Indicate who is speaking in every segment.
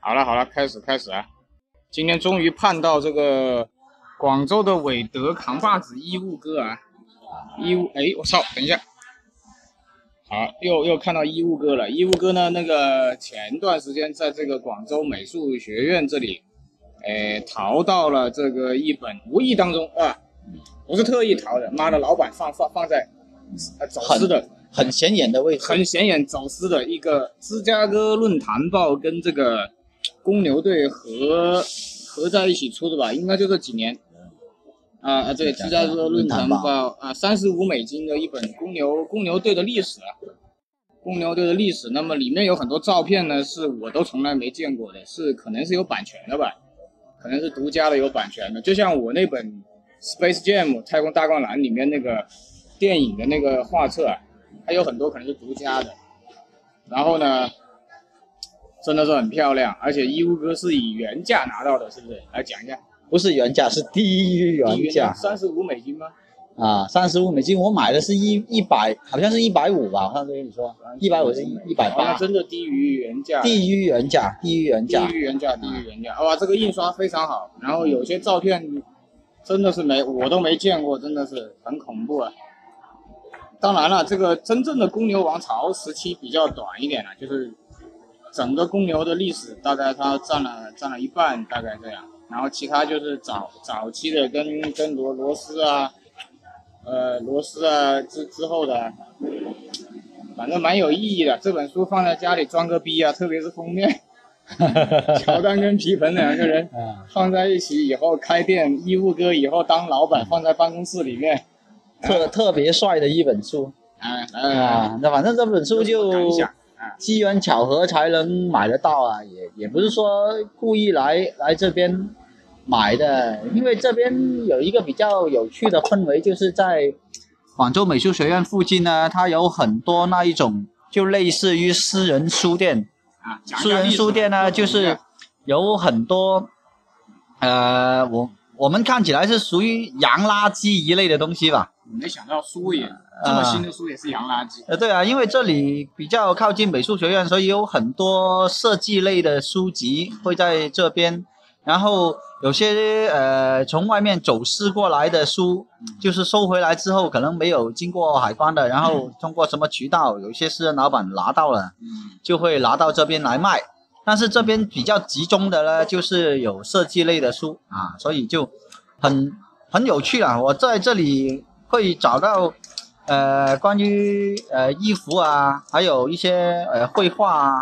Speaker 1: 好了好了，开始开始啊！今天终于盼到这个广州的韦德扛把子医务哥啊！医务哎，我操！等一下，好，又又看到医务哥了。医务哥呢，那个前段时间在这个广州美术学院这里，哎，淘到了这个一本，无意当中啊，不是特意淘的，妈的，老板放放放在呃走私的，
Speaker 2: 很显眼的位置，
Speaker 1: 很显眼走私的一个芝加哥论坛报跟这个公牛队合合在一起出的吧，应该就这几年。啊啊，对，芝加哥论坛报啊，三十五美金的一本公牛公牛队的历史，啊公牛队的历史。那么里面有很多照片呢，是我都从来没见过的，是可能是有版权的吧，可能是独家的有版权的。就像我那本《Space Jam》太空大灌篮里面那个电影的那个画册啊，它有很多可能是独家的。然后呢，真的是很漂亮，而且义乌哥是以原价拿到的，是不是？来讲一下，
Speaker 2: 不是原价，是低于原价
Speaker 1: 三十五美金吗？
Speaker 2: 啊，三十五美金，我买的是一一百，好像是一百五吧，我上次跟你说，一百五是一百
Speaker 1: 好像
Speaker 2: 八，
Speaker 1: 哦真的低于原价，
Speaker 2: 低于原价，低于原
Speaker 1: 低
Speaker 2: 价，
Speaker 1: 于原价，低于原价。哇，这个印刷非常好，然后有些照片真的是没我都没见过，真的是很恐怖啊。当然了，这个真正的公牛王朝时期比较短一点了，就是整个公牛的历史大概它占了占了一半，大概这样。然后其他就是早早期的跟跟罗罗斯啊，呃罗斯啊之之后的啊，反正蛮有意义的。这本书放在家里装个逼啊，特别是封面。 乔丹跟皮蓬两个人
Speaker 2: 嗯，
Speaker 1: 放在一起以后开店，义务哥以后当老板，放在办公室里面。
Speaker 2: 特特别帅的一本书
Speaker 1: 哎哎，
Speaker 2: 啊，那反正这本书就
Speaker 1: 感想
Speaker 2: 机缘巧合才能买得到啊，也也不是说故意来来这边买的，因为这边有一个比较有趣的氛围，就是在广州美术学院附近呢，它有很多那一种就类似于私人书店，
Speaker 1: 啊，讲一
Speaker 2: 私
Speaker 1: 下
Speaker 2: 人
Speaker 1: 历史
Speaker 2: 书店呢，就是有很多，呃，我我们看起来是属于洋垃圾一类的东西吧。
Speaker 1: 没想到书也
Speaker 2: 啊
Speaker 1: 这么新的书也是洋垃圾，
Speaker 2: 呃，对啊，因为这里比较靠近美术学院，所以有很多设计类的书籍会在这边。然后有些呃从外面走私过来的书，就是收回来之后可能没有经过海关的，然后通过什么渠道，有些私人老板拿到了，
Speaker 1: 嗯，
Speaker 2: 就会拿到这边来卖。但是这边比较集中的呢，就是有设计类的书啊，所以就很很有趣啊。我在这里会找到呃关于呃衣服啊，还有一些呃绘画啊，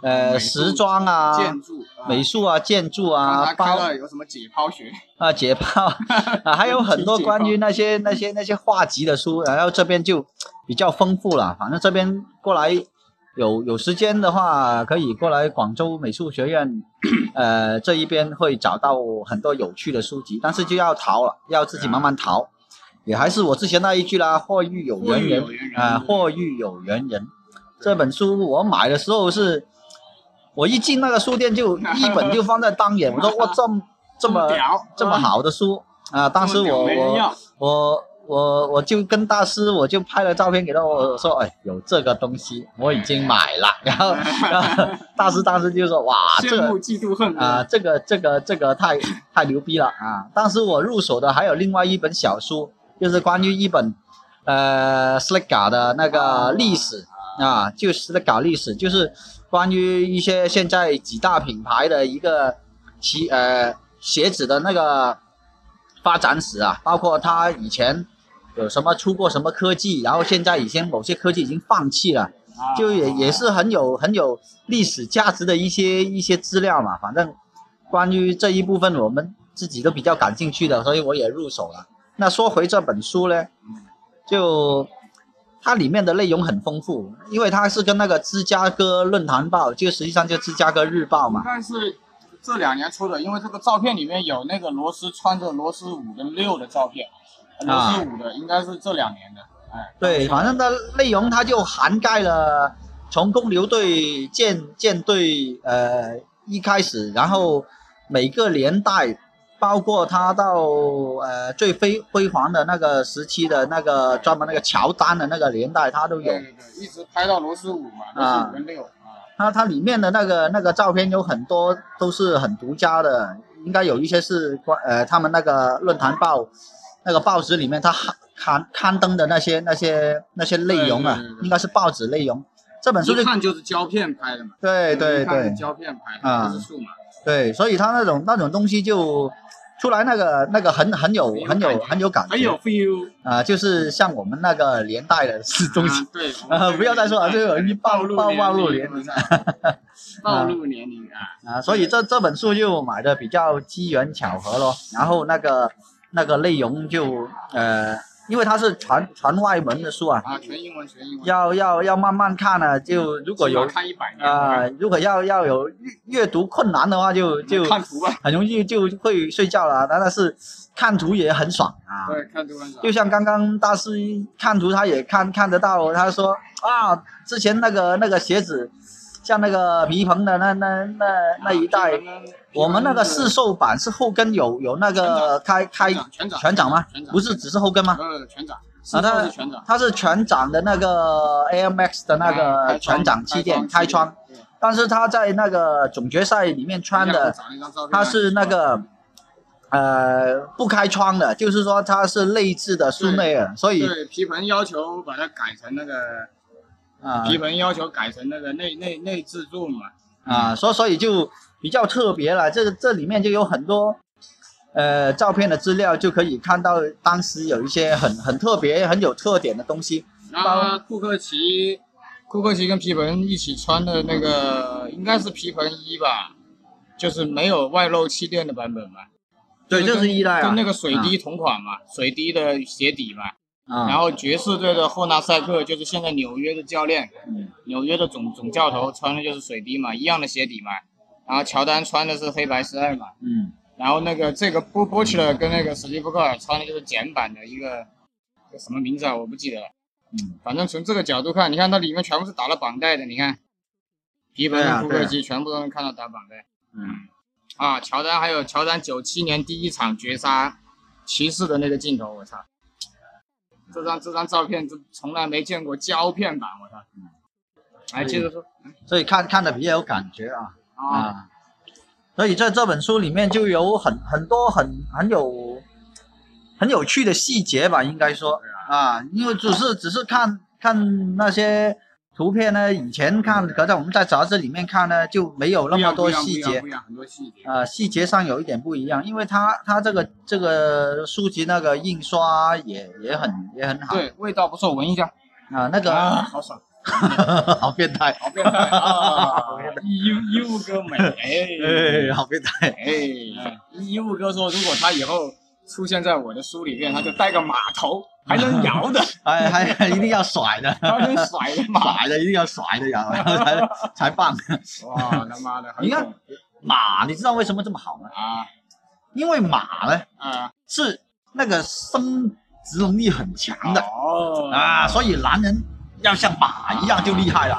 Speaker 1: 美
Speaker 2: 呃
Speaker 1: 术
Speaker 2: 时装啊、
Speaker 1: 建筑啊
Speaker 2: 美术啊、建筑
Speaker 1: 让
Speaker 2: 啊
Speaker 1: 他、开
Speaker 2: 包
Speaker 1: 了有什么解剖学？
Speaker 2: 啊解剖 啊，还有很多关于那些那些那些画集的书，然后这边就比较丰富了。反正这边过来有有时间的话，可以过来广州美术学院，呃这一边会找到很多有趣的书籍，但是就要淘了，要自己慢慢淘。也还是我之前那一句啦，货遇有
Speaker 1: 货
Speaker 2: 缘
Speaker 1: 遇
Speaker 2: 人
Speaker 1: 有缘人
Speaker 2: 啊，货遇有缘人。这本书我买的时候是，我一进那个书店就一本就放在当眼，我说哇这么这么
Speaker 1: 屌
Speaker 2: 这么，好的书
Speaker 1: 嗯
Speaker 2: 啊！当时我啊
Speaker 1: 没人
Speaker 2: 我
Speaker 1: 要，
Speaker 2: 我我我就跟大师，我就拍了照片给他，我说哎有这个东西，我已经买了。然后然后 大师当时就说哇这
Speaker 1: 羡
Speaker 2: 个
Speaker 1: 慕嫉妒恨
Speaker 2: 啊，这个这个这个太太牛逼了啊！当时我入手的还有另外一本小书，就是关于一本呃斯莱卡的那个历史啊，就斯莱卡历史，就是关于一些现在几大品牌的一个其呃鞋子的那个发展史啊，包括它以前有什么出过什么科技，然后现在以前某些科技已经放弃了。
Speaker 1: 啊
Speaker 2: 就也也是很有很有历史价值的一些一些资料嘛。反正关于这一部分我们自己都比较感兴趣的，所以我也入手了。那说回这本书呢，就它里面的内容很丰富，因为它是跟那个芝加哥论坛报，就实际上就芝加哥日报嘛。
Speaker 1: 但是这两年出的，因为这个照片里面有那个罗斯穿着罗斯五跟六的照片，罗斯五的应该是这两年的，哎，
Speaker 2: 啊对，反正它内容它就涵盖了从公牛队建建队呃一开始，然后每个年代，包括它到呃最辉辉煌的那个时期的那个专门那个乔丹的那个年代，它都有
Speaker 1: 对对对，一直拍到罗斯五嘛，罗斯五跟六啊，
Speaker 2: 它它里面的那个那个照片有很多都是很独家的，应该有一些是关呃他们那个论坛报那个报纸里面它刊刊登的那些那些那些内容啊
Speaker 1: 对对对，对
Speaker 2: 应该是报纸内容。这本书
Speaker 1: 啊一
Speaker 2: 就
Speaker 1: 看就是胶片拍的嘛，
Speaker 2: 对对
Speaker 1: 一看
Speaker 2: 对
Speaker 1: 是胶片拍
Speaker 2: 啊
Speaker 1: 的，不是数码。
Speaker 2: 对，所以它那种那种东西就出来那个那个很很有
Speaker 1: 很有感
Speaker 2: 很有
Speaker 1: 觉
Speaker 2: 很有感
Speaker 1: 很有
Speaker 2: 觉
Speaker 1: feel
Speaker 2: 啊、就是像我们那个年代的 是东西
Speaker 1: 啊，对
Speaker 2: 啊不要再说 了这个一暴
Speaker 1: 暴
Speaker 2: 露
Speaker 1: 露
Speaker 2: 暴露
Speaker 1: 年
Speaker 2: 年
Speaker 1: 龄，暴露年龄啊！
Speaker 2: 啊，所以这这本书就买的比较机缘巧合咯。然后那个那个内容就呃，因为它是传传外文的书啊，
Speaker 1: 啊，全英文，全英文。
Speaker 2: 要要要慢慢看啊。就如果有
Speaker 1: 起码看一百年
Speaker 2: 啊、如果要要有阅阅读困难的话就，就
Speaker 1: 看图吧，
Speaker 2: 很容易就会睡觉了。但是看图也很爽啊。
Speaker 1: 对，看图很少
Speaker 2: 就。像刚刚大师看图，他也看看得到，他说啊，之前那个那个鞋子，像那个皮蓬的那那那那
Speaker 1: 啊
Speaker 2: 一代，我们那个市售版是后跟有有那个开开
Speaker 1: 全掌
Speaker 2: 全掌吗
Speaker 1: 全？掌
Speaker 2: 不是只是后跟吗？
Speaker 1: 呃，全掌，
Speaker 2: 啊
Speaker 1: 四
Speaker 2: 它
Speaker 1: 套是全掌，
Speaker 2: 它是全掌的那个 Air Max 的那
Speaker 1: 啊
Speaker 2: 个全掌气垫开窗，，但是他在那个总决赛里面穿的，它
Speaker 1: 它
Speaker 2: 是那个呃不开窗的，就是说它是内置的室内耳，所以
Speaker 1: 对皮盆要求把它改成那个
Speaker 2: 啊
Speaker 1: 皮盆要求改成那个内内内置座嘛，
Speaker 2: 啊，所所以就比较特别了。这这里面就有很多呃照片的资料，就可以看到当时有一些很很特别、很有特点的东西。
Speaker 1: 然后库克奇，库克奇跟皮盆一起穿的那个应该是皮盆衣吧，就是没有外露气垫的版本嘛。
Speaker 2: 对，这
Speaker 1: 跟
Speaker 2: 是依赖啊，
Speaker 1: 跟那个水滴同款嘛，水滴的鞋底嘛。
Speaker 2: 啊，
Speaker 1: 然后爵士队的霍纳塞克就是现在纽约的教练，
Speaker 2: 嗯
Speaker 1: 纽约的总总教头穿的就是水滴嘛，一样的鞋底嘛。然后乔丹穿的是黑白十二嘛。
Speaker 2: 嗯
Speaker 1: 然后那个这个波波奇勒跟那个史蒂夫科尔穿的就是简版的一个一个什么名字啊，我不记得了。
Speaker 2: 嗯，
Speaker 1: 反正从这个角度看，你看它里面全部是打了绑带的，你看皮
Speaker 2: 对
Speaker 1: 本
Speaker 2: 啊
Speaker 1: 库
Speaker 2: 对
Speaker 1: 克
Speaker 2: 啊
Speaker 1: 基全部都能看到打绑带。
Speaker 2: 嗯
Speaker 1: 啊，乔丹还有乔丹九七年第一场绝杀骑士的那个镜头，我操！这张这张照片就从来没见过胶片版，我操！来接着说
Speaker 2: 嗯所以看看的比较有感觉啊
Speaker 1: 啊，
Speaker 2: 啊。所以在这本书里面就有很很多很很有很有趣的细节吧，应该说啊，因为只是只是看看那些图片呢，以前看，可在我们在杂志里面看呢，就没有那么多细节
Speaker 1: 嗯不一样，不一样不一样很多细节。
Speaker 2: 啊，细节上有一点不一样，因为它它这个这个书籍那个印刷也也很也很好
Speaker 1: 对，味道不错，闻一下。
Speaker 2: 啊，那个、
Speaker 1: 啊，好爽，
Speaker 2: 好变态，
Speaker 1: 好变态 啊！义义务哥美， 哎
Speaker 2: 哎，好变态。
Speaker 1: 哎，义务哥说，如果他以后出现在我的书里面，他就带个码头，还能摇 的，
Speaker 2: 哎，还还一定要甩 的，
Speaker 1: 还能甩的码
Speaker 2: 甩的一定要甩的，然后才 才棒。
Speaker 1: 哇，他妈的，很
Speaker 2: 你看
Speaker 1: 恐怖
Speaker 2: 马，你知道为什么这么好吗？
Speaker 1: 啊
Speaker 2: 因为马呢
Speaker 1: 啊，
Speaker 2: 是那个生殖能力很强的
Speaker 1: 哦
Speaker 2: 啊，所以男人要像马一样就厉害了。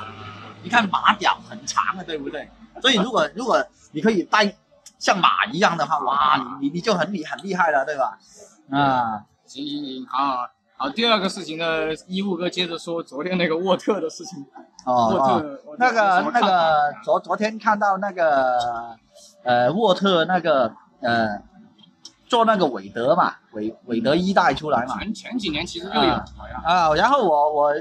Speaker 2: 你看马屌很长啊的，对不对？所以如果如果你可以带像马一样的话，哇，你你你就很厉很厉害了，对吧？啊，
Speaker 1: 行行行，好好好。第二个事情呢，医务哥接着说昨天那个沃特的事情，
Speaker 2: 哦
Speaker 1: 沃
Speaker 2: 哦。
Speaker 1: 特沃特
Speaker 2: 那
Speaker 1: 有什
Speaker 2: 个
Speaker 1: 么
Speaker 2: 那
Speaker 1: 看法
Speaker 2: 个昨昨天看到那个呃沃特那个呃做那个韦德嘛，韦韦德一代出来嘛
Speaker 1: 前前几年其实就有，
Speaker 2: 啊
Speaker 1: 好像
Speaker 2: 啊，然后我我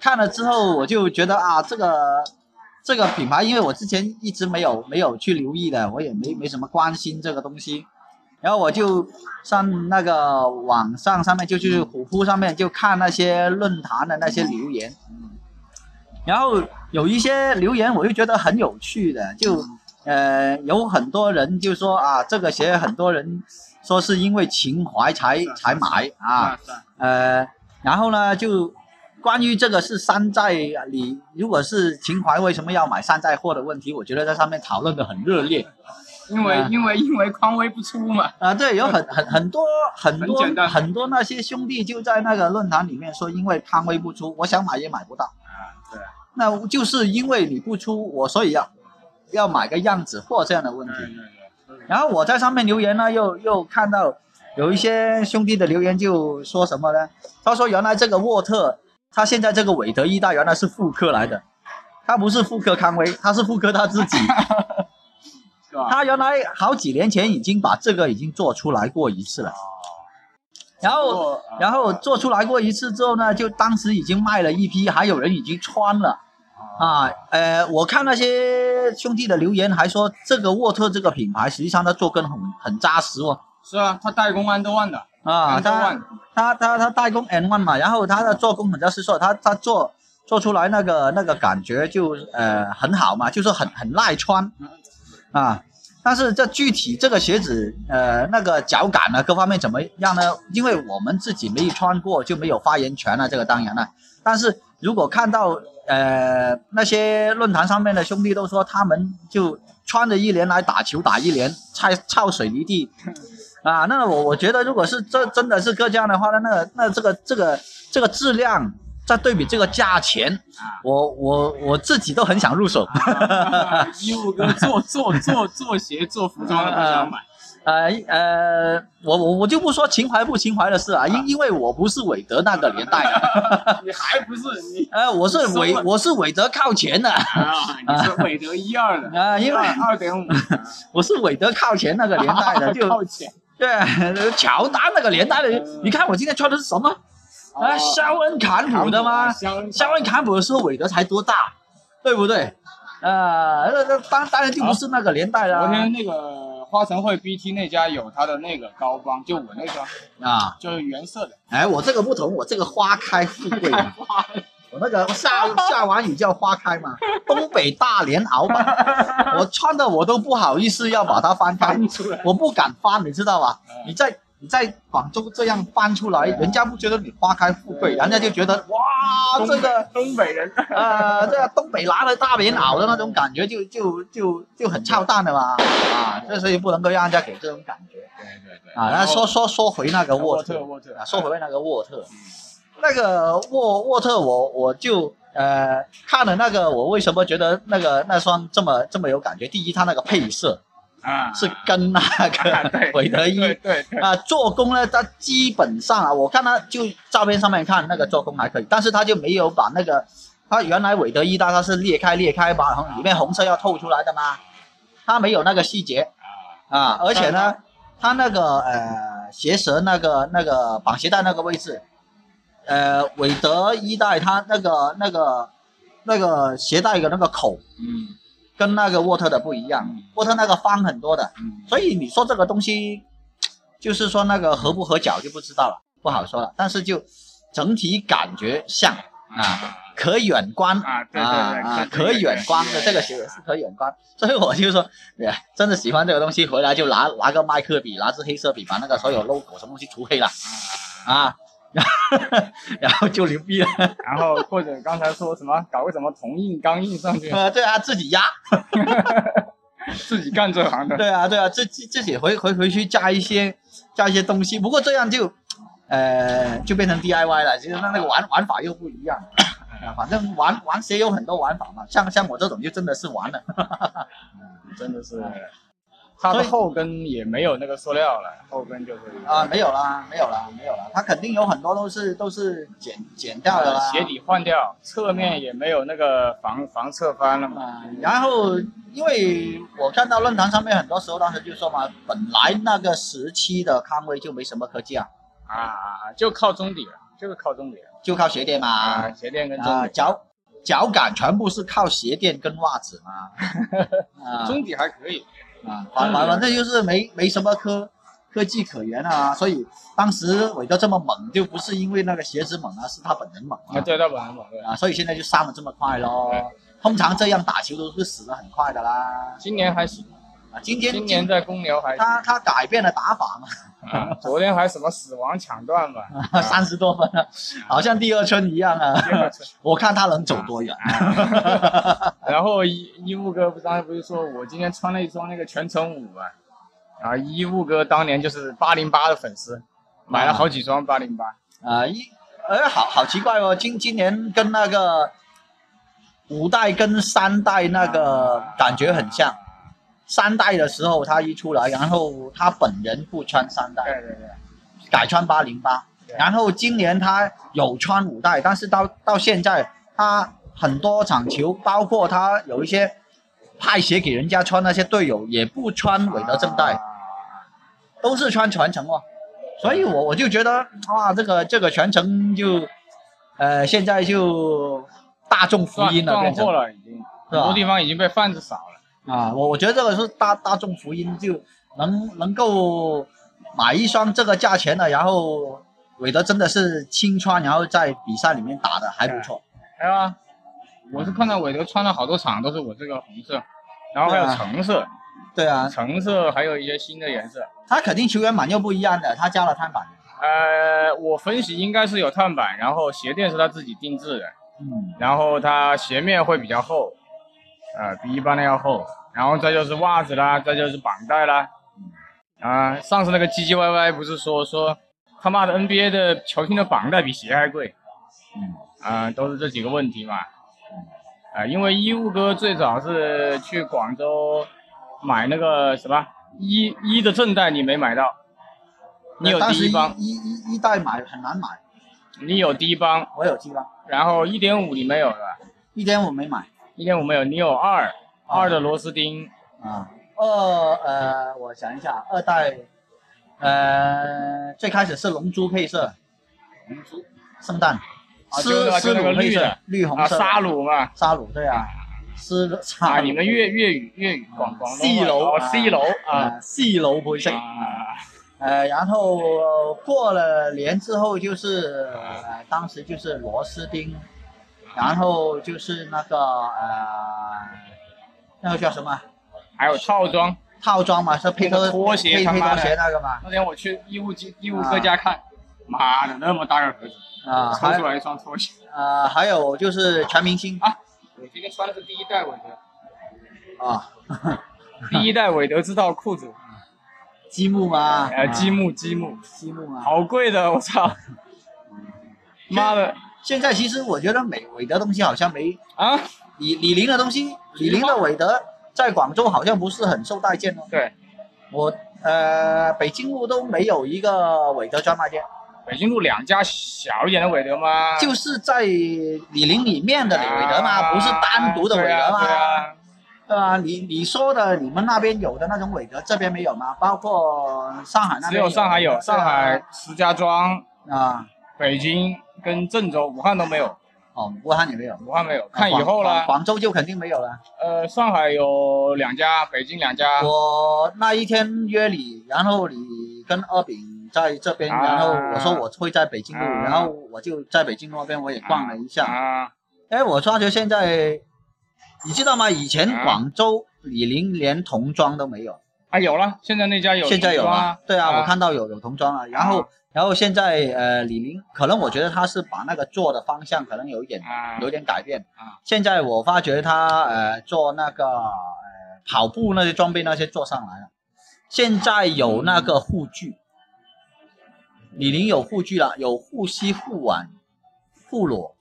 Speaker 2: 看了之后我就觉得啊这个这个品牌，因为我之前一直没有没有去留意的，我也没没什么关心这个东西。然后我就上那个网上上面，就去虎扑上面就看那些论坛的那些留言，然后有一些留言我就觉得很有趣的，就呃有很多人就说啊这个鞋很多人说是因为情怀才才买啊，
Speaker 1: 是啊
Speaker 2: 呃然后呢就关于这个是山寨，你如果是情怀为什么要买山寨货的问题，我觉得在上面讨论的很热烈。
Speaker 1: 因为
Speaker 2: 啊
Speaker 1: 因为因为匡威不出嘛，
Speaker 2: 啊，对，有很很很多很多
Speaker 1: 很简单
Speaker 2: 很多那些兄弟就在那个论坛里面说，因为康威不出，我想买也买不到。
Speaker 1: 啊对
Speaker 2: 那就是因为你不出，我所以要要买个样子货这样的问
Speaker 1: 对
Speaker 2: 题。
Speaker 1: 对对，
Speaker 2: 然后我在上面留言呢，又又看到有一些兄弟的留言就说什么呢？他说原来这个沃特，他现在这个韦德一代原来是复刻来的。他不是复刻康威，他是复刻他自己。
Speaker 1: 是吧？
Speaker 2: 他原来好几年前已经把这个已经做出来过一次了，然
Speaker 1: 不
Speaker 2: 后
Speaker 1: 过啊
Speaker 2: 然后做出来过一次之后呢，就当时已经卖了一批，还有人已经穿了啊。呃，我看那些兄弟的留言还说，这个沃特这个品牌实际上它做工很很扎实哦。
Speaker 1: 是啊，他代工 Under One 的
Speaker 2: 啊，
Speaker 1: ，Under
Speaker 2: 它
Speaker 1: One
Speaker 2: 它它它代工 N one 嘛，然后它的做工很扎实，说它它做做出来那个那个感觉就呃很好嘛，就是很很耐穿啊。但是这具体这个鞋子呃那个脚感呢各方面怎么样呢？因为我们自己没穿过就没有发言权了，啊这个当然了。但是如果看到呃那些论坛上面的兄弟都说他们就穿着一年来打球打一年，菜操水泥地，啊，那我我觉得，如果是这真的是各家的话，那那那这个这个这个质量，再对比这个价钱，我我我自己都很想入手。
Speaker 1: 衣服哥做做做做鞋做服装的不 想买，
Speaker 2: 呃呃，我我我就不说情怀不情怀的事啊，因因为我不是韦德那个年代的，
Speaker 1: 你还不是你
Speaker 2: 呃，我是
Speaker 1: 你说
Speaker 2: 韦
Speaker 1: 了
Speaker 2: 我是韦德靠前的
Speaker 1: 啊？你是韦德一二的
Speaker 2: 啊，因为
Speaker 1: 二点五
Speaker 2: 我是韦德靠前那个年代 的，就
Speaker 1: 靠前
Speaker 2: 对乔丹那个年代的，你看我今天穿的是什么？啊，肖恩坎普的
Speaker 1: 啊
Speaker 2: 吗？肖恩坎普的时候，韦德才多大，对不对？呃，那那当当然就不是那个年代啦
Speaker 1: 昨。天那个花城汇 BT 那家有他的那个高帮，就我那双，
Speaker 2: 啊，
Speaker 1: 就是原色的。
Speaker 2: 哎，我这个不同，我这个花开富 贵嘛，我那个下下完雨叫花开嘛，东北大棉 袄版，我穿的我都不好意思要把它翻开，
Speaker 1: 翻出来，
Speaker 2: 我不敢翻，你知道吧？
Speaker 1: 嗯
Speaker 2: 你在你在广州这样翻出来，
Speaker 1: 对啊
Speaker 2: 人家不觉得你花开富贵，
Speaker 1: 对
Speaker 2: 人家就觉得哇，这个
Speaker 1: 东北人，
Speaker 2: 呃，这东北拿了大棉袄的那种感觉就，就就就很操蛋的嘛，啊，这所以不能够让人家给这种感觉
Speaker 1: 对对对
Speaker 2: 啊。那说说说回那个沃
Speaker 1: 沃
Speaker 2: 特
Speaker 1: 特沃特
Speaker 2: 啊，说回那个沃特，那个沃沃特我我就呃看了那个，我为什么觉得那个那双这么这么有感觉？第一，它那个配色
Speaker 1: 啊
Speaker 2: 是跟那个韦德一
Speaker 1: 对对对，
Speaker 2: 啊，做工呢，它基本上啊，我看它就照片上面看那个做工还可以，但是它就没有把那个它原来韦德一代它是裂开裂开嘛，然后里面红色要透出来的嘛，它没有那个细节
Speaker 1: 啊
Speaker 2: 啊，而且呢，它那个呃鞋舌那个那个绑鞋带那个位置，呃，韦德一代它那个那个那个鞋带的那个口
Speaker 1: 嗯
Speaker 2: 跟那个沃特的不一样，沃特那个方很多的，
Speaker 1: 嗯，
Speaker 2: 所以你说这个东西，就是说那个合不合脚就不知道了，不好说了。但是就整体感觉像啊，
Speaker 1: 啊
Speaker 2: 可远观
Speaker 1: 啊对对对
Speaker 2: 啊，
Speaker 1: 可
Speaker 2: 可远观
Speaker 1: 对
Speaker 2: 的
Speaker 1: 对
Speaker 2: 这个鞋是可远观。所以我就说，哎真的喜欢这个东西，回来就拿拿个麦克笔，拿支黑色笔把那个所有 logo 什么东西涂黑了啊，然后 就牛逼了。
Speaker 1: 然后或者刚才说什么搞个什么铜印钢印上去，
Speaker 2: 呃，对啊，自己压。
Speaker 1: 自己干这行的，
Speaker 2: 对啊，对啊，自自自己回回回去加一些加一些东西，不过这样就，呃，就变成 DIY 了。其实那那个玩玩法又不一样， 啊，反正玩玩鞋有很多玩法嘛。像像我这种就真的是玩了，
Speaker 1: 真的
Speaker 2: 哎
Speaker 1: 是。它的后跟也没有那个塑料了，后跟就是
Speaker 2: 啊，没有啦，没有啦，没有啦。它肯定有很多都是都是剪剪掉啊的啦，
Speaker 1: 呃鞋底换掉，侧面也没有那个防防侧翻了嘛。
Speaker 2: 啊，然后因为我看到论坛上面很多时候当时就说嘛，本来那个时期的康威就没什么科技啊，
Speaker 1: 啊啊，啊就靠中底了，就是靠中底了
Speaker 2: 就靠鞋垫嘛。
Speaker 1: 啊，鞋垫跟中
Speaker 2: 啊，
Speaker 1: 底，
Speaker 2: 脚脚感全部是靠鞋垫跟袜 子嘛。啊
Speaker 1: 中底还可以。
Speaker 2: 啊，反反反正就是没没什么科科技可言啊，所以当时韦德这么猛，就不是因为那个鞋子猛啊，是他本人猛
Speaker 1: 啊，
Speaker 2: 啊。
Speaker 1: 对，它本来猛对。
Speaker 2: 啊，所以现在就伤的这么快咯
Speaker 1: 对。
Speaker 2: 通常这样打球都是死的很快的啦。
Speaker 1: 今年还行，
Speaker 2: 啊，今天
Speaker 1: 今年在公牛还
Speaker 2: 他
Speaker 1: 行，
Speaker 2: 他改变了打法嘛，
Speaker 1: 啊昨天还什么死亡抢断吧，啊
Speaker 2: 三十多分了，好像第二春一样
Speaker 1: 第二
Speaker 2: 啊。
Speaker 1: 次
Speaker 2: 我看他能走多远。
Speaker 1: 然后一一物哥不刚才不是说我今天穿了一双那个全程五嘛，啊，一物哥当年就是八零八的粉丝，买了好几双八零八，
Speaker 2: 啊，一，哎，好好奇怪哦，今今年跟那个五代跟三代那个感觉很像。三代的时候他一出来，然后他本人不穿三代，
Speaker 1: 对对对，
Speaker 2: 改穿八零八。
Speaker 1: 对
Speaker 2: 然后今年他有穿五代，但是到到现在他很多场球，包括他有一些派鞋给人家穿，那些队友也不穿韦德正代，
Speaker 1: 啊
Speaker 2: 都是穿全程哦。所以我我就觉得哇，这个这个全程就，呃，现在就大众福
Speaker 1: 断
Speaker 2: 音了，
Speaker 1: 断
Speaker 2: 变成
Speaker 1: 货了已经，
Speaker 2: 是
Speaker 1: 很
Speaker 2: 吧
Speaker 1: 多地方已经被贩子扫了。
Speaker 2: 啊，我我觉得这个是大大众福音，就能能够买一双这个价钱的，然后韦德真的是亲穿，然后在比赛里面打的还不错。
Speaker 1: 还有啊，
Speaker 2: 嗯
Speaker 1: 我是看到韦德穿了好多场都是我这个红色，然后还有
Speaker 2: 对啊
Speaker 1: 橙色，
Speaker 2: 对啊，
Speaker 1: 橙色还有一些新的颜色。
Speaker 2: 他肯定球员版又不一样的，他加了碳板。
Speaker 1: 呃，我分析应该是有碳板，然后鞋垫是他自己定制的，
Speaker 2: 嗯，
Speaker 1: 然后它鞋面会比较厚，呃，比一般的要厚，然后再就是袜子啦，再就是绑带啦，啊、上次那个唧唧歪歪不是说说他妈的 NBA 的球星的绑带比鞋还贵，
Speaker 2: 嗯，
Speaker 1: 啊、都是这几个问题嘛，啊、因为衣物哥最早是去广州买那个什么一一的正带，你没买到，你有
Speaker 2: 哎当
Speaker 1: 第
Speaker 2: 时
Speaker 1: 一
Speaker 2: 一
Speaker 1: 帮，
Speaker 2: 一一一代买很难买，
Speaker 1: 你有第一帮，
Speaker 2: 我有记吧，
Speaker 1: 然后一点五你没有是吧？
Speaker 2: 一点我没买
Speaker 1: 一点五没有，你有二
Speaker 2: 啊
Speaker 1: 二的螺丝钉。
Speaker 2: 啊。二呃，我想一下，二代，呃，最开始是龙珠配色，
Speaker 1: 龙珠
Speaker 2: 圣诞，
Speaker 1: 啊
Speaker 2: 丝
Speaker 1: 就那个
Speaker 2: 丝
Speaker 1: 就那个
Speaker 2: 乳配
Speaker 1: 绿
Speaker 2: 色
Speaker 1: 的，
Speaker 2: 绿 红
Speaker 1: 啊，
Speaker 2: 色的，
Speaker 1: 沙鲁嘛，
Speaker 2: 沙鲁对啊，是沙
Speaker 1: 哎啊，
Speaker 2: 鲁
Speaker 1: 你们粤粤语粤语广广东
Speaker 2: 四
Speaker 1: 话
Speaker 2: 楼
Speaker 1: 哦，C 楼啊，
Speaker 2: 啊四楼配色，
Speaker 1: 啊，
Speaker 2: 呃，然后呃过了年之后就是、呃、当时就是螺丝钉，
Speaker 1: 啊
Speaker 2: 然后就是那个呃那个叫什么啊
Speaker 1: 还有套装。
Speaker 2: 套装嘛，是配
Speaker 1: 那
Speaker 2: 拖
Speaker 1: 个拖鞋
Speaker 2: 配
Speaker 1: 他
Speaker 2: 配
Speaker 1: 妈
Speaker 2: 拖
Speaker 1: 的
Speaker 2: 鞋那个嘛
Speaker 1: 那天我去义乌机义乌哥家看，啊妈的那么大个盒子，
Speaker 2: 啊，
Speaker 1: 抽
Speaker 2: 还
Speaker 1: 出来一双拖鞋。
Speaker 2: 呃还有就是全明星
Speaker 1: 我今天穿的是第一代韦德，
Speaker 2: 啊，
Speaker 1: 第一代韦德之道裤 子，
Speaker 2: 积木嘛，啊
Speaker 1: 呃，积木积木，
Speaker 2: 积木嘛。
Speaker 1: 好贵的，我操！妈的
Speaker 2: 现在其实我觉得美韦德东西好像没
Speaker 1: 啊！
Speaker 2: 李李宁的东西，李宁的韦德在广州好像不是很受待见哦。
Speaker 1: 对，
Speaker 2: 我呃，北京路都没有一个韦德专卖店，
Speaker 1: 北京路两家小一点的韦德吗？
Speaker 2: 就是在李宁里面的韦德嘛，
Speaker 1: 啊
Speaker 2: 不是单独的韦德
Speaker 1: 对
Speaker 2: 嘛，
Speaker 1: 啊
Speaker 2: 对吧？你你说的你们那边有的那种韦德，这边没有吗？包括上海
Speaker 1: 对
Speaker 2: 那
Speaker 1: 啊只
Speaker 2: 边
Speaker 1: 有上海有，
Speaker 2: 的啊
Speaker 1: 上海石家庄、
Speaker 2: 对啊啊，
Speaker 1: 北京跟郑州、武汉都没有，
Speaker 2: 哦，武汉也没有，
Speaker 1: 武汉没有，看以
Speaker 2: 广
Speaker 1: 后
Speaker 2: 广
Speaker 1: 啦。
Speaker 2: 广州就肯定没有了。
Speaker 1: 呃，上海有两家，北京两家，
Speaker 2: 我那一天约你，然后你跟二饼在这边，
Speaker 1: 啊
Speaker 2: 然后我说我会在北京路，
Speaker 1: 啊
Speaker 2: 然后我就在北京路那边我也逛了一下。
Speaker 1: 啊，
Speaker 2: 哎，我发觉现在，你知道吗？以前
Speaker 1: 啊
Speaker 2: 广州李宁连童装都没有，
Speaker 1: 啊有了，现在那家有，
Speaker 2: 现在有
Speaker 1: 啊
Speaker 2: 吗？，对啊，
Speaker 1: 啊
Speaker 2: 我看到有有童装啊。然后，然后现在呃，李宁可能我觉得他是把那个做的方向可能有一点
Speaker 1: 啊，
Speaker 2: 有点改变
Speaker 1: 啊。
Speaker 2: 现在我发觉他呃做那个呃跑步那些装备那些做上来了，现在有那个护具，李宁有护具了，有护膝、护腕、护裸。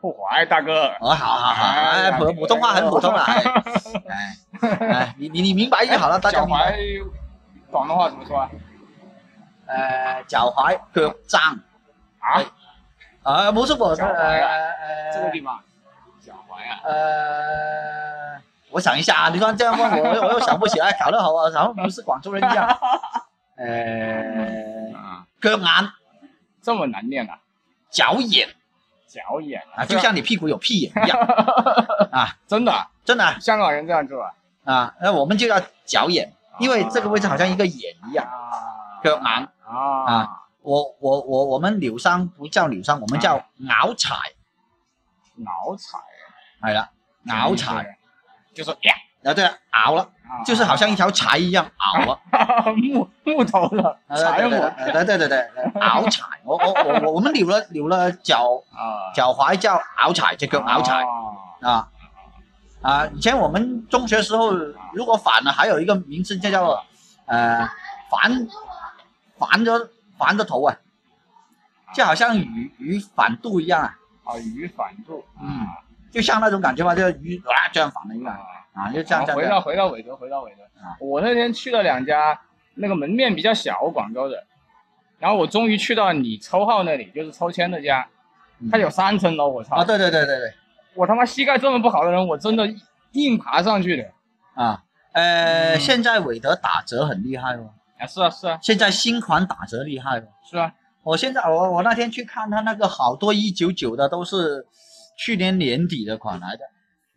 Speaker 1: 不怀大哥，
Speaker 2: 哦，好好好，
Speaker 1: 哎
Speaker 2: 哎，
Speaker 1: 呀
Speaker 2: 普普通话很普通了，哎 哎哎，你你你明白就好了，大家
Speaker 1: 脚
Speaker 2: 明白。
Speaker 1: 踝，广东话怎么说啊？
Speaker 2: 呃，脚踝、脚踭
Speaker 1: 啊，
Speaker 2: 啊，冇错冇
Speaker 1: 腳
Speaker 2: 错，
Speaker 1: 踝啊
Speaker 2: 呃
Speaker 1: 这个
Speaker 2: 呃
Speaker 1: 地方，脚踝啊，
Speaker 2: 呃，我想一下啊，你突然这样问我，我又我又想不起来，搞得好啊，然后不是广州人一样。呃，
Speaker 1: 啊，
Speaker 2: 脚眼、
Speaker 1: 这么难念啊？
Speaker 2: 脚眼
Speaker 1: 脚眼
Speaker 2: 啊，就像你屁股有屁眼一样，
Speaker 1: 真的啊，
Speaker 2: 真的啊
Speaker 1: 香港人这样做啊？
Speaker 2: 啊，那我们就叫脚眼，因为这个位置好像一个眼一样。
Speaker 1: 啊
Speaker 2: 腳眼
Speaker 1: 啊，
Speaker 2: 我我我我们疗伤不叫疗伤，我们叫拗柴，
Speaker 1: 脑彩，
Speaker 2: 系啦，拗柴，
Speaker 1: 就是呀，
Speaker 2: 啊对啊，拗啦，
Speaker 1: 啊
Speaker 2: 就是好像 一条柴一样拗啊。
Speaker 1: 木木头的柴
Speaker 2: 对
Speaker 1: 火
Speaker 2: 对对对对，拗柴，我我我我我们撩了撩了脚
Speaker 1: 啊，
Speaker 2: 脚踝叫拗柴，只脚拗柴
Speaker 1: 啊
Speaker 2: 啊啊！以前我们中学时候，如果反了，还有一个名字就叫呃反反咗反咗头啊，就好像鱼鱼反肚一样啊，
Speaker 1: 啊，鱼反肚，
Speaker 2: 嗯，就像那种感觉嘛，就是鱼啊这样反了一样
Speaker 1: 啊，
Speaker 2: 啊，就这
Speaker 1: 然
Speaker 2: 样
Speaker 1: 后
Speaker 2: 这样这
Speaker 1: 回
Speaker 2: 样
Speaker 1: 到回到韦德，回到韦德
Speaker 2: 啊，
Speaker 1: 我那天去了两家，那个门面比较小，广州的，然后我终于去到你抽号那里，就是抽签那家，
Speaker 2: 嗯
Speaker 1: 它有三层楼，我操
Speaker 2: 哦啊，，对对对对对，
Speaker 1: 我他妈膝盖这么不好的人，我真的硬爬上去的。
Speaker 2: 啊，呃，
Speaker 1: 嗯
Speaker 2: 现在韦德打折很厉害哦，
Speaker 1: 啊，是啊，是啊，
Speaker 2: 现在新款打折厉害哦。
Speaker 1: 是啊，
Speaker 2: 我现在我我那天去看他那个好多一九九的都是去年年底的款来的，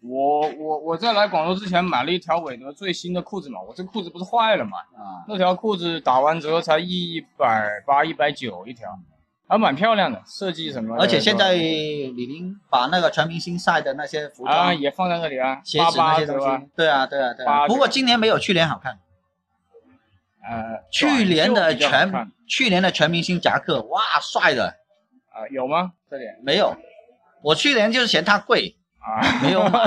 Speaker 1: 我我我在来广州之前买了一条韦德最新的裤子嘛，我这裤子不是坏了嘛，
Speaker 2: 啊，
Speaker 1: 那条裤子打完折才一百八、一百九一条，还蛮漂亮的，设计什么的。
Speaker 2: 而且现在李宁把那个全明星赛的那些服装、
Speaker 1: 啊也放在那里啊，
Speaker 2: 鞋
Speaker 1: 八
Speaker 2: 子那
Speaker 1: 八
Speaker 2: 些
Speaker 1: 折
Speaker 2: 东
Speaker 1: 吧？
Speaker 2: 西，对啊对啊对
Speaker 1: 八
Speaker 2: 啊。
Speaker 1: 折
Speaker 2: 不过今年没有去年好看，
Speaker 1: 呃，
Speaker 2: 去年
Speaker 1: 短
Speaker 2: 的
Speaker 1: 袖比较好
Speaker 2: 全
Speaker 1: 看
Speaker 2: 去年的全明星夹克，哇，帅的
Speaker 1: 啊、有吗？这里
Speaker 2: 没有，我去年就是嫌它贵，
Speaker 1: 啊，
Speaker 2: 没有
Speaker 1: 买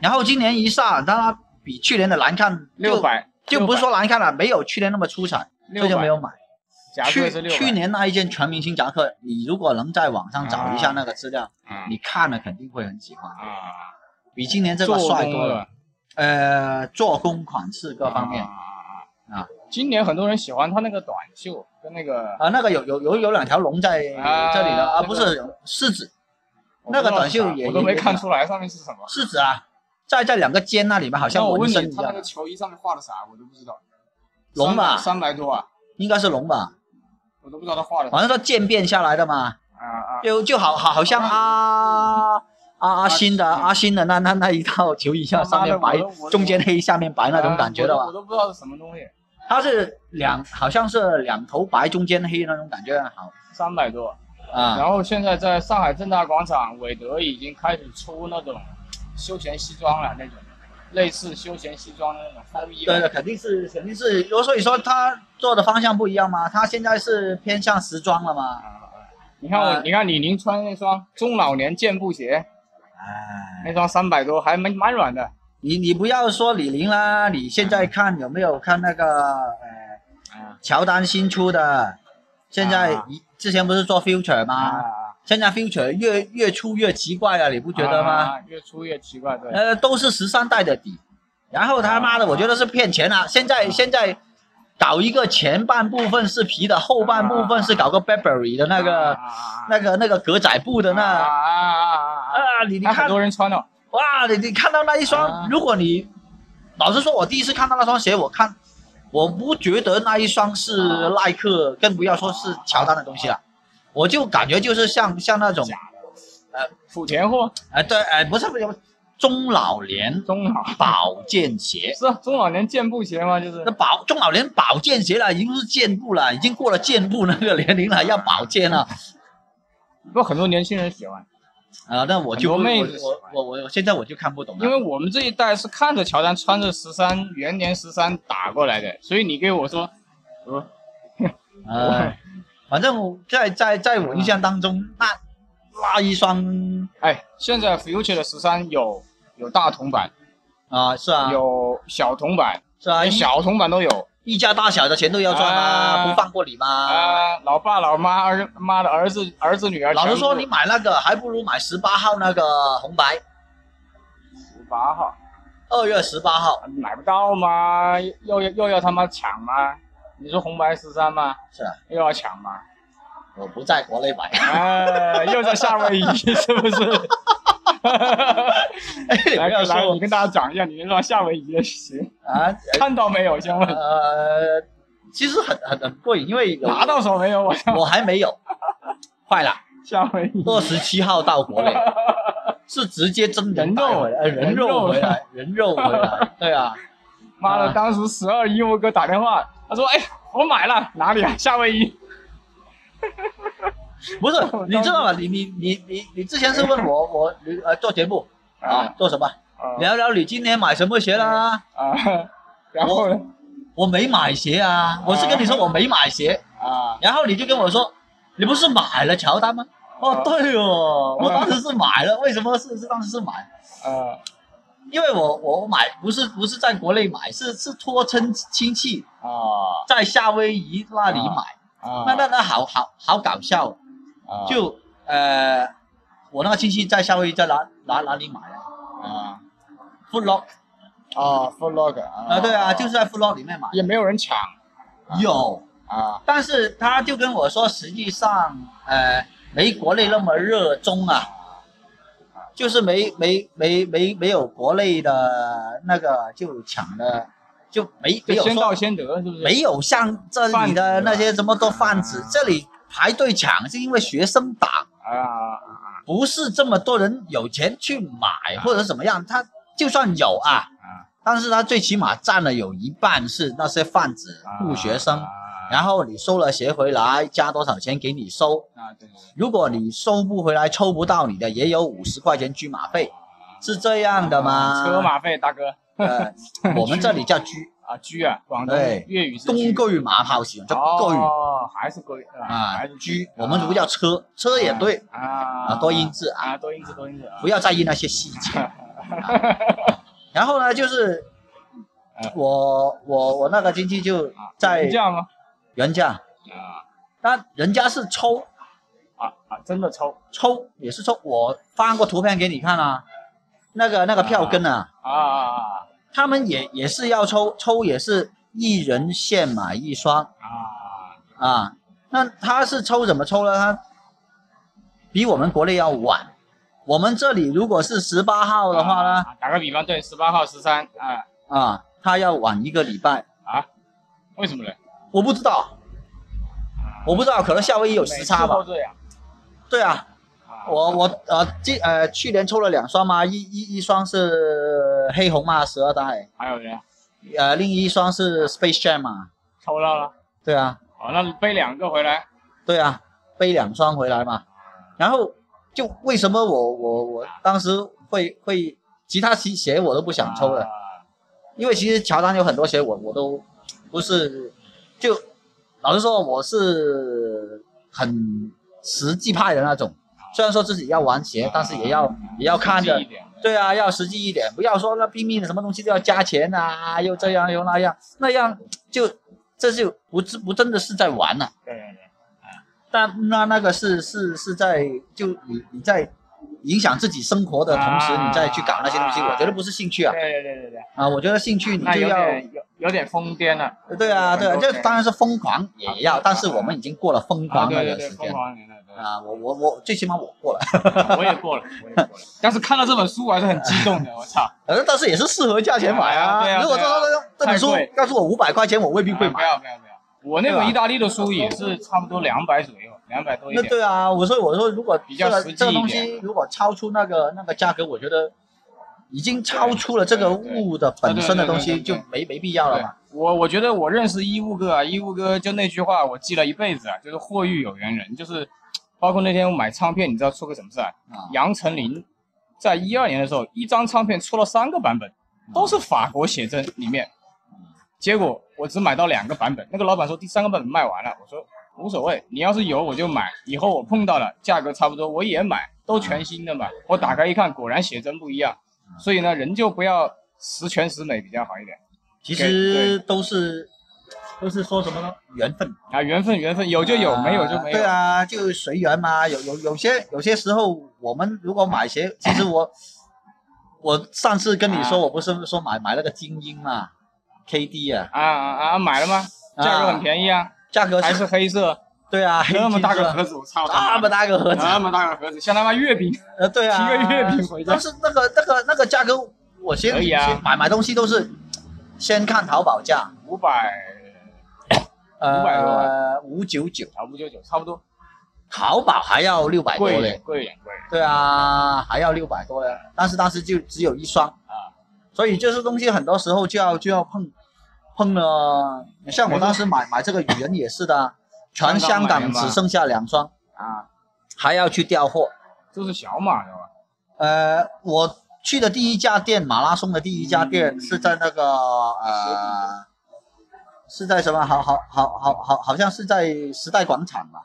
Speaker 2: 然后今年一下它比去年的难看，
Speaker 1: 六百，
Speaker 2: 就就不是说难看了，没有去年那么出彩，
Speaker 1: 六
Speaker 2: 这就没有买。
Speaker 1: 夹克
Speaker 2: 去
Speaker 1: 是六百，
Speaker 2: 去年那一件全明星夹克，你如果能在网上找一下那个资料，
Speaker 1: 啊
Speaker 2: 你看了肯定会很喜欢，
Speaker 1: 啊，
Speaker 2: 比今年这个
Speaker 1: 做
Speaker 2: 帅多
Speaker 1: 工
Speaker 2: 了。呃，做工、款式各方面
Speaker 1: 啊
Speaker 2: 啊、
Speaker 1: 啊，今年很多人喜欢他那个短袖跟那个
Speaker 2: 啊那个有有有有两条龙在这里
Speaker 1: 啊
Speaker 2: 的啊，
Speaker 1: 这个
Speaker 2: 不是柿子，
Speaker 1: 我不知道
Speaker 2: 那个短袖
Speaker 1: 是啥
Speaker 2: 也
Speaker 1: 我都没
Speaker 2: 也
Speaker 1: 看出来上面是什么。
Speaker 2: 柿子啊，在在两个肩那里面好像
Speaker 1: 那我
Speaker 2: 纹
Speaker 1: 问
Speaker 2: 身
Speaker 1: 你，
Speaker 2: 一
Speaker 1: 他
Speaker 2: 样
Speaker 1: 那个，球衣上面画的啥，我都不知道。
Speaker 2: 龙吧
Speaker 1: 三百多啊，
Speaker 2: 应该是龙吧，
Speaker 1: 我都不知道他画的啥
Speaker 2: 好像是渐变下来的嘛，
Speaker 1: 啊啊
Speaker 2: 就就好好好像啊啊阿星的阿星的那那那一套球衣下
Speaker 1: 他
Speaker 2: 上
Speaker 1: 妈的
Speaker 2: 面白
Speaker 1: 哎我都我，都
Speaker 2: 中间黑下面白那种感觉的吧
Speaker 1: 我都。我都不知道是什么东西，
Speaker 2: 它是两，好像是两头白中间黑那种感觉，好
Speaker 1: 三百多。
Speaker 2: 啊
Speaker 1: 然后现在在上海正大广场，韦德已经开始出那种休闲西装了，那种类似休闲西装的那种风衣
Speaker 2: 对
Speaker 1: 了。
Speaker 2: 的，肯定是肯定是，所以说它做的方向不一样嘛，它现在是偏向时装了嘛，
Speaker 1: 啊，你看我，
Speaker 2: 啊
Speaker 1: 你看李宁穿那双中老年健步鞋，
Speaker 2: 哎，
Speaker 1: 那双三百多，还蛮蛮软的。
Speaker 2: 你你不要说李宁啦，你现在看有没有看那个呃
Speaker 1: 啊
Speaker 2: 乔丹新出的，现在
Speaker 1: 啊
Speaker 2: 一之前不是做 Future 吗？
Speaker 1: 啊，
Speaker 2: 现在 Future 越越出越奇怪啊了，你不
Speaker 1: 不
Speaker 2: 觉得吗？？
Speaker 1: 越出越奇怪，对。
Speaker 2: 呃，都是十三代的底，然后他妈的，我觉得是骗钱啊！现在现在搞一个前半部分是皮的，后半部分是搞个 Burberry 的那个、
Speaker 1: 啊
Speaker 2: 那个那个格仔布的那
Speaker 1: 啊
Speaker 2: 啊
Speaker 1: 啊啊啊！
Speaker 2: 你你
Speaker 1: 还很
Speaker 2: 看
Speaker 1: 多人穿了，
Speaker 2: 哇，你你看到那一双，
Speaker 1: 啊
Speaker 2: 如果你老实说，我第一次看到那双鞋，我看我不觉得那一双是
Speaker 1: 啊
Speaker 2: 耐克，更不要说是乔丹的东西了，我就感觉就是像像那种
Speaker 1: 假莆田货，
Speaker 2: 哎对哎不是不是中老年
Speaker 1: 中老
Speaker 2: 保健鞋。
Speaker 1: 是啊中老年健步鞋吗？就是
Speaker 2: 那保中老年保健鞋了，已经是健步了，已经过了健步那个年龄了，要保健了。
Speaker 1: 不很多年轻人喜欢，
Speaker 2: 啊，那我就不
Speaker 1: 很多妹
Speaker 2: 我
Speaker 1: 子喜
Speaker 2: 我
Speaker 1: 欢
Speaker 2: 我我我现在我就看不懂
Speaker 1: 因
Speaker 2: 了。
Speaker 1: 为我们这一代是看着乔丹穿着十三元年十三打过来的，所以你给我说，嗯，
Speaker 2: 呃，反正我在在在我印象当中，那那一双
Speaker 1: 哎，现在 Future 的十三有有大铜版，
Speaker 2: 啊是啊
Speaker 1: 有小铜版，
Speaker 2: 是啊，
Speaker 1: 连
Speaker 2: 一
Speaker 1: 小铜版都有
Speaker 2: 一家大小的钱都要赚啊，
Speaker 1: 啊
Speaker 2: 不放过你嘛。
Speaker 1: 啊，老爸老妈儿妈的儿子儿子女儿全
Speaker 2: 老
Speaker 1: 部，
Speaker 2: 实说，你买那个还不如买十八号那个红白，
Speaker 1: 十八号
Speaker 2: 二月十八号
Speaker 1: 买不到吗？又要又要他妈抢吗？你说红白十三吗？
Speaker 2: 是啊，
Speaker 1: 又要抢吗？
Speaker 2: 我不在国内买。
Speaker 1: 哎，又在夏威夷 是不是？
Speaker 2: 哎，你 不
Speaker 1: 来
Speaker 2: 要
Speaker 1: 来，
Speaker 2: 说
Speaker 1: 你跟大家讲一下你那双夏威夷的鞋，
Speaker 2: 啊，
Speaker 1: 看到没有？先问，
Speaker 2: 呃，其实很很很贵，因为有
Speaker 1: 拿到手没有？我
Speaker 2: 我还没有，快了，
Speaker 1: 夏威夷
Speaker 2: 二十七号到国 内，是直接真人带回来，呃人
Speaker 1: 人
Speaker 2: 肉
Speaker 1: 肉
Speaker 2: 回来，人肉 回来，对啊，
Speaker 1: 妈
Speaker 2: 啊
Speaker 1: 的，当时十二一我给我打电话，他说：“哎，我买了，哪里啊？夏威夷。
Speaker 2: 不是，你知道吗？你你你你你之前是问我我你呃做节目啊
Speaker 1: 啊
Speaker 2: 做什么？
Speaker 1: 啊
Speaker 2: 聊聊你今天买什么鞋啦？
Speaker 1: 啊，然后呢？
Speaker 2: 我没买鞋啊，我是跟你说我没买鞋，
Speaker 1: 啊，
Speaker 2: 然后你就跟我说，你不是买了乔丹吗？哦，对哦，我当时是买了，为什么是是当时是买？
Speaker 1: 啊
Speaker 2: 因为我我买不是不是在国内买，是是托亲亲戚
Speaker 1: 啊啊
Speaker 2: 在夏威夷那里买，
Speaker 1: 啊！
Speaker 2: 那那那好好好搞笑，哦
Speaker 1: 啊
Speaker 2: 就呃，我那个亲戚在夏威夷在哪哪哪里买啊
Speaker 1: 啊
Speaker 2: ？Foot Lock
Speaker 1: 啊 f o o l o g 啊
Speaker 2: 啊，对啊，就是在 Foot Lock 里面买，
Speaker 1: 也没有人抢
Speaker 2: 有，
Speaker 1: 啊
Speaker 2: 但是他就跟我说，实际上呃没国内那么热衷啊，就是没没没没没有国内的那个就抢的，就没没有
Speaker 1: 先
Speaker 2: 说
Speaker 1: 到先得，是不是？
Speaker 2: 没有像这里的那些什么都贩子
Speaker 1: 啊，
Speaker 2: 这里排队抢是因为学生党。
Speaker 1: 啊，
Speaker 2: 不是这么多人有钱去买
Speaker 1: 啊
Speaker 2: 或者怎么样，他就算有啊，但是他最起码占了有一半是那些贩子
Speaker 1: 啊
Speaker 2: 雇学生，
Speaker 1: 啊
Speaker 2: 然后你收了鞋回来加多少钱给你收，
Speaker 1: 啊，对对对
Speaker 2: 如果你收不回来抽不到你的，也有五十块钱车马费，是这样的吗？
Speaker 1: 啊车，马费，大哥
Speaker 2: 呃，我们这里叫车，
Speaker 1: 啊，居啊，广东
Speaker 2: 对
Speaker 1: 粤 语是
Speaker 2: 公
Speaker 1: 居
Speaker 2: 句马跑使用叫句
Speaker 1: 哦，还是贵
Speaker 2: 啊
Speaker 1: 还是居，
Speaker 2: 我们儒叫车，车也对
Speaker 1: 啊
Speaker 2: 啊，多音字啊。
Speaker 1: 啊，多音字多音字啊
Speaker 2: 不要在意那些细 节。啊然后呢，就是
Speaker 1: 哎
Speaker 2: 我我我那个亲戚就
Speaker 1: 啊，
Speaker 2: 在
Speaker 1: 这样吗？
Speaker 2: 人家，
Speaker 1: 啊
Speaker 2: 那人家是抽
Speaker 1: 啊啊，真的抽
Speaker 2: 抽也是抽，我发过图片给你看啊，那个那个票根啊，
Speaker 1: 啊啊
Speaker 2: 他们也也是要抽，抽也是一人限买一双
Speaker 1: 啊
Speaker 2: 啊。那他是抽怎么抽呢？他比我们国内要晚。我们这里如果是十八号的话呢，
Speaker 1: 啊！打个比方，对，十八号、十三啊，
Speaker 2: 啊，他要晚一个礼拜。
Speaker 1: 为什么呢？
Speaker 2: 我不知道，我不知道，可能夏威夷有时差
Speaker 1: 每次
Speaker 2: 吧。
Speaker 1: 都这样。
Speaker 2: 对啊，
Speaker 1: 啊
Speaker 2: 我我呃这呃去年抽了两双嘛，一一一双是黑红嘛，十二代，
Speaker 1: 还有人
Speaker 2: 呃另一双是 Space Jam 嘛。
Speaker 1: 抽到了，
Speaker 2: 对啊，
Speaker 1: 哦，那背两个回来，
Speaker 2: 对啊，背两双回来嘛。然后就为什么我我我当时会会其他鞋鞋我都不想抽了，
Speaker 1: 啊
Speaker 2: 因为其实乔丹有很多鞋我我都不是就老实说我是很实际派的那种。虽然说自己要玩鞋，但是也要也要看
Speaker 1: 实
Speaker 2: 着
Speaker 1: 际一点
Speaker 2: 对啊，要实际一点，不要说那拼命的什么东西都要加钱啊，又这样又那样，那样就这就不是不真的是在玩了、
Speaker 1: 对对对，
Speaker 2: 但那那个是是是在就你你在影响自己生活的同时，
Speaker 1: 啊
Speaker 2: 你再去搞那些东西，
Speaker 1: 啊
Speaker 2: 我觉得不是兴趣啊
Speaker 1: 对对对对对，
Speaker 2: 啊！我觉得兴趣你
Speaker 1: 那
Speaker 2: 就
Speaker 1: 有
Speaker 2: 要
Speaker 1: 点有有点疯癫了，
Speaker 2: 对啊对啊，
Speaker 1: 很
Speaker 2: 这
Speaker 1: 多钱
Speaker 2: 当然是疯狂
Speaker 1: 啊
Speaker 2: 也要，但是我们已经过了疯
Speaker 1: 啊
Speaker 2: 狂
Speaker 1: 对
Speaker 2: 那
Speaker 1: 对
Speaker 2: 个
Speaker 1: 对，
Speaker 2: 时
Speaker 1: 疯
Speaker 2: 间
Speaker 1: 狂年代，对
Speaker 2: 啊！我我我最起码我过了，
Speaker 1: 我也过了，我也过了，啊但是看到这本书我还是很激动的，我操，
Speaker 2: 呃，但是也是适合价钱买
Speaker 1: 啊对啊对啊
Speaker 2: 如果说这本书
Speaker 1: 太贵
Speaker 2: 告诉我五百块钱，我未必会
Speaker 1: 啊
Speaker 2: 买
Speaker 1: 不。要不要不要，我那本意大利的书也是差不多两百左右，两百多一
Speaker 2: 那
Speaker 1: 点，
Speaker 2: 对啊，我说我说，如果
Speaker 1: 比较
Speaker 2: 这
Speaker 1: 实
Speaker 2: 个
Speaker 1: 际
Speaker 2: 这个
Speaker 1: 一
Speaker 2: 东
Speaker 1: 点
Speaker 2: 西如果超出那个那个价格，我觉得已经超出了这个
Speaker 1: 对对
Speaker 2: 物的本身的东
Speaker 1: 对
Speaker 2: 西，
Speaker 1: 对对
Speaker 2: 就
Speaker 1: 对
Speaker 2: 没没必要了嘛。
Speaker 1: 我我觉得我认识义乌哥啊，义乌哥就那句话我记了一辈子啊，就是货遇有缘人，就是包括那天我买唱片，你知道出个什么事啊？
Speaker 2: 啊，
Speaker 1: 杨丞琳在一二年的时候，一张唱片出了三个版本，都是法国写真里面。结果我只买到两个版本，那个老板说第三个版本卖完了，我说无所谓，你要是有我就买，以后我碰到了价格差不多我也买，都全新的嘛。我打开一看，果然写真不一样，所以呢，人就不要十全十美比较好一点
Speaker 2: 其
Speaker 1: 对
Speaker 2: 实都是都是说什么呢？缘分，
Speaker 1: 啊，缘分缘分，有就有，
Speaker 2: 啊
Speaker 1: 没有就没有。
Speaker 2: 对啊，就随缘嘛。有有有些有些时候，我们如果买鞋，其实我我上次跟你说，
Speaker 1: 啊
Speaker 2: 我不是说买买那个精英嘛，KD 啊，
Speaker 1: 啊啊啊！买了吗？价格很
Speaker 2: 啊，
Speaker 1: 便宜啊，
Speaker 2: 价格
Speaker 1: 还是黑色，
Speaker 2: 对啊，黑
Speaker 1: 那么大
Speaker 2: 金
Speaker 1: 个
Speaker 2: 是吧
Speaker 1: 盒子，我操他
Speaker 2: 那
Speaker 1: 妈
Speaker 2: 么
Speaker 1: 的，
Speaker 2: 大个盒子，
Speaker 1: 那么大个盒子，像他妈月饼
Speaker 2: 呃，对啊，
Speaker 1: 提个月饼回家
Speaker 2: 但是那个那个那个价格，我先
Speaker 1: 可以啊
Speaker 2: 先买买东西都是先看淘宝价，
Speaker 1: 五百500多
Speaker 2: 呃，五九九，
Speaker 1: 啊五九九，差不多，
Speaker 2: 淘宝还要六百多
Speaker 1: 贵一
Speaker 2: 嘞
Speaker 1: 点，。贵一点，贵一点
Speaker 2: 对啊，还要六百多嘞，但是当时就只有一双，
Speaker 1: 啊！
Speaker 2: 所以就是东西很多时候就要就要碰碰了。像我当时买买这个雨人也是的，啊全香
Speaker 1: 香港买
Speaker 2: 港
Speaker 1: 的吗
Speaker 2: 只剩下两双啊，还要去调货。
Speaker 1: 这是小码的吧？
Speaker 2: 呃，我去的第一家店，马拉松的第一家店
Speaker 1: 嗯
Speaker 2: 是在那个呃，是在什么？好好好好好，好像是在时代广场吧。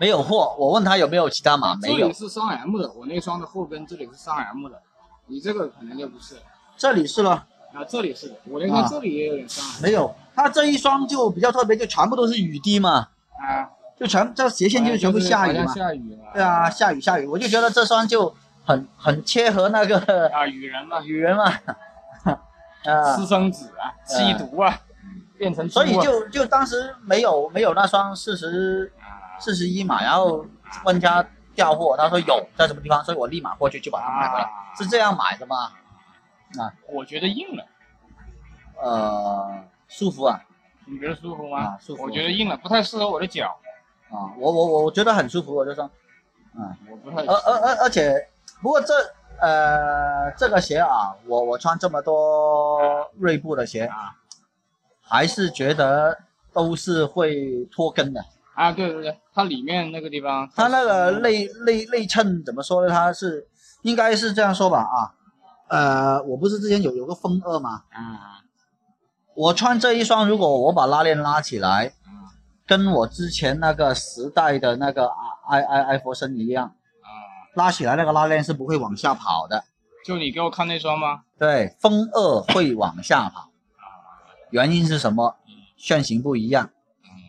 Speaker 2: 没有货，我问他有没有其他码，没
Speaker 1: 这
Speaker 2: 有
Speaker 1: 里。是三 M 的，我那双的后跟这里是三 M 的，你这个可能就不是
Speaker 2: 这里是了，
Speaker 1: 啊，这里是的，我那双
Speaker 2: 啊
Speaker 1: 这里也有点三 M
Speaker 2: 没有。他这一双就比较特别，就全部都是雨滴嘛，
Speaker 1: 啊，
Speaker 2: 就全这斜线
Speaker 1: 就
Speaker 2: 就是全部下
Speaker 1: 好
Speaker 2: 雨
Speaker 1: 像
Speaker 2: 嘛。
Speaker 1: 下雨了，
Speaker 2: 对啊，下雨下雨，我就觉得这双就很很切合那个
Speaker 1: 啊，雨人嘛，
Speaker 2: 雨人嘛， 啊。
Speaker 1: 私生子啊，吸毒啊，变成猪
Speaker 2: 所
Speaker 1: 啊
Speaker 2: 以就就当时没有没有那双四十
Speaker 1: 啊
Speaker 2: 四十一码，然后问他调货，他说有在什么地方，所以我立马过去就把它买回来，
Speaker 1: 啊
Speaker 2: 是这样买的吗？
Speaker 1: 我觉得硬了，
Speaker 2: 呃，舒服啊
Speaker 1: 你觉得舒服吗？
Speaker 2: 啊，舒服。
Speaker 1: 我觉得硬了，不太适合我的脚，
Speaker 2: 啊，我我我我觉得很舒服，我就说，
Speaker 1: 我不太。
Speaker 2: 而而而而且，不过这呃这个鞋啊，我我穿这么多锐步的鞋
Speaker 1: 啊，
Speaker 2: 还是觉得都是会脱跟的。
Speaker 1: 啊，对对对，它里面那个地方，
Speaker 2: 它那个内内内衬怎么说呢？它是应该是这样说吧啊，呃，我不是之前有有个风二吗？
Speaker 1: 啊，
Speaker 2: 我穿这一双，如果我把拉链拉起来
Speaker 1: 嗯，
Speaker 2: 跟我之前那个时代的那个 i i i 佛森一样，
Speaker 1: 啊，
Speaker 2: 拉起来那个拉链是不会往下跑的。
Speaker 1: 就你给我看那双吗？啊
Speaker 2: 对，风二会往下跑，原因是什么
Speaker 1: 嗯？
Speaker 2: 楦型不一样。
Speaker 1: 嗯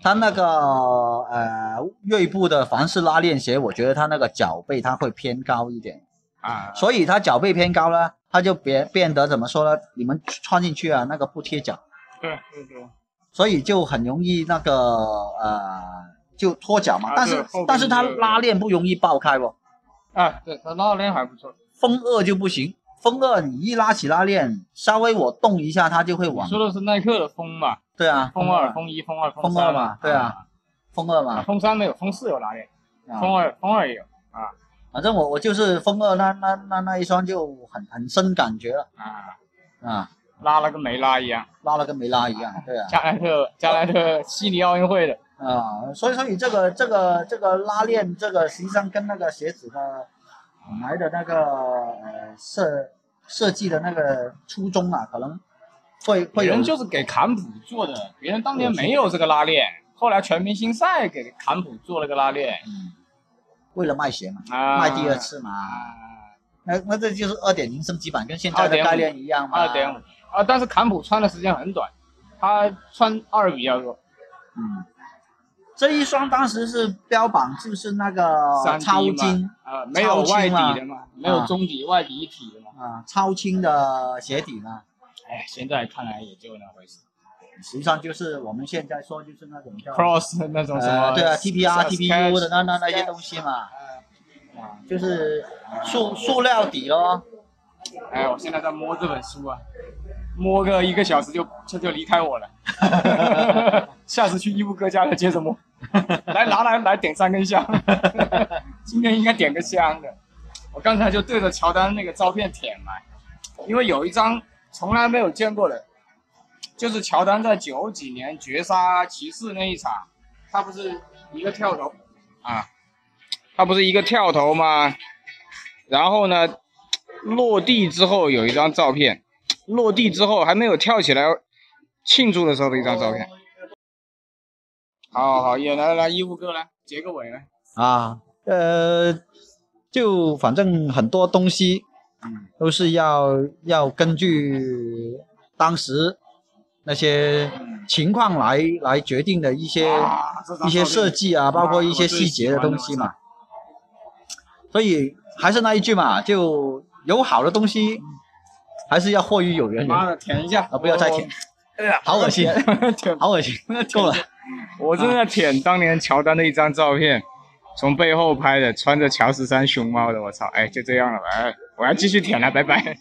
Speaker 2: 它那个呃锐步的凡士拉链鞋，我觉得它那个脚背它会偏高一点，
Speaker 1: 啊，
Speaker 2: 所以它脚背偏高呢，它就变变得怎么说呢？你们穿进去啊，那个不贴脚。
Speaker 1: 对对对，
Speaker 2: 所以就很容易那个呃，就脱脚嘛。
Speaker 1: 啊
Speaker 2: 但
Speaker 1: 对
Speaker 2: 是
Speaker 1: 后面
Speaker 2: 但是它
Speaker 1: 就
Speaker 2: 拉链不容易爆开哦，
Speaker 1: 啊，对，它拉链还不错。
Speaker 2: 风二就不行。风二你一拉起拉链，稍微我动一下，它就会往
Speaker 1: 你说的是耐克的风吧？
Speaker 2: 对啊，
Speaker 1: 风二、风一、风二、
Speaker 2: 风
Speaker 1: 三
Speaker 2: 二嘛对啊，风二
Speaker 1: 啊
Speaker 2: 嘛，
Speaker 1: 风三没有，风四有拉链，
Speaker 2: 啊
Speaker 1: 风二风二也有
Speaker 2: 反正我我就是风二那那那那一双就很很深感觉了
Speaker 1: 啊，
Speaker 2: 啊，
Speaker 1: 拉了跟没拉一样。
Speaker 2: 拉了跟没拉一样，对啊
Speaker 1: 加莱特加莱特悉尼奥运会的，
Speaker 2: 啊，所以所以这个这个这个拉链这个实际上跟那个鞋子的本来的那个呃设设计的那个初衷啊，可能会会
Speaker 1: 别
Speaker 2: 有
Speaker 1: 人就是给坎普做的，别人当年没有这个拉链，后来全明星赛给坎普做了个拉链
Speaker 2: 嗯，为了卖鞋嘛，
Speaker 1: 啊，
Speaker 2: 卖第二次嘛，
Speaker 1: 啊，
Speaker 2: 那那这就是二点零升级版，跟现在的
Speaker 1: 2.5
Speaker 2: 概念一样嘛，
Speaker 1: 二点五啊，但是坎普穿的时间很短，他穿二比较多，
Speaker 2: 嗯，这一双当时是标榜就是那个
Speaker 1: 3D
Speaker 2: 超
Speaker 1: 嘛
Speaker 2: 轻
Speaker 1: 啊，没有外
Speaker 2: 超
Speaker 1: 底
Speaker 2: 轻
Speaker 1: 的嘛，没有中底外底一体的嘛，
Speaker 2: 啊超轻的鞋底嘛，
Speaker 1: 哎，现在看来也就那回事
Speaker 2: 实际上就是我们现在说就是那种叫。
Speaker 1: ，cross 那种什么，
Speaker 2: 呃，对啊，TPR、TPU 的那那那
Speaker 1: Sketch
Speaker 2: 些东西嘛，
Speaker 1: 啊，
Speaker 2: 就是塑塑料底咯。
Speaker 1: 哎，我现在在摸这本书啊，摸个一个小时就就就离开我了。 下次去义乌哥家了接着摸。 来拿来来点三根香，今天应该点个香的。我刚才就对着乔丹那个照片舔嘛，因为有一张从来没有见过的，就是乔丹在九几年绝杀骑士那一场，他不是一个跳投啊，他不是一个跳投吗？然后呢，落地之后有一张照片，落地之后还没有跳起来庆祝的时候的一张照片。哦好好好，也来来来，义乌哥来结个尾来。
Speaker 2: 啊，呃，就反正很多东西
Speaker 1: 嗯
Speaker 2: 都是要要根据当时那些情况来来决定的一些
Speaker 1: 啊这张
Speaker 2: 一些
Speaker 1: 照片
Speaker 2: 设计啊，包括一些细节的东西嘛。所以还是那一句嘛，就有好的东西，还是要货于有缘人
Speaker 1: 妈的，舔一下
Speaker 2: 啊！不要再
Speaker 1: 哦
Speaker 2: 舔，，好恶心，
Speaker 1: 我舔，
Speaker 2: 好恶心，够了。
Speaker 1: 我正在舔当年乔丹的一张照片，从背后拍的，穿着乔十三熊猫的，我操，哎，就这样了吧，哎，我要继续舔了，拜拜。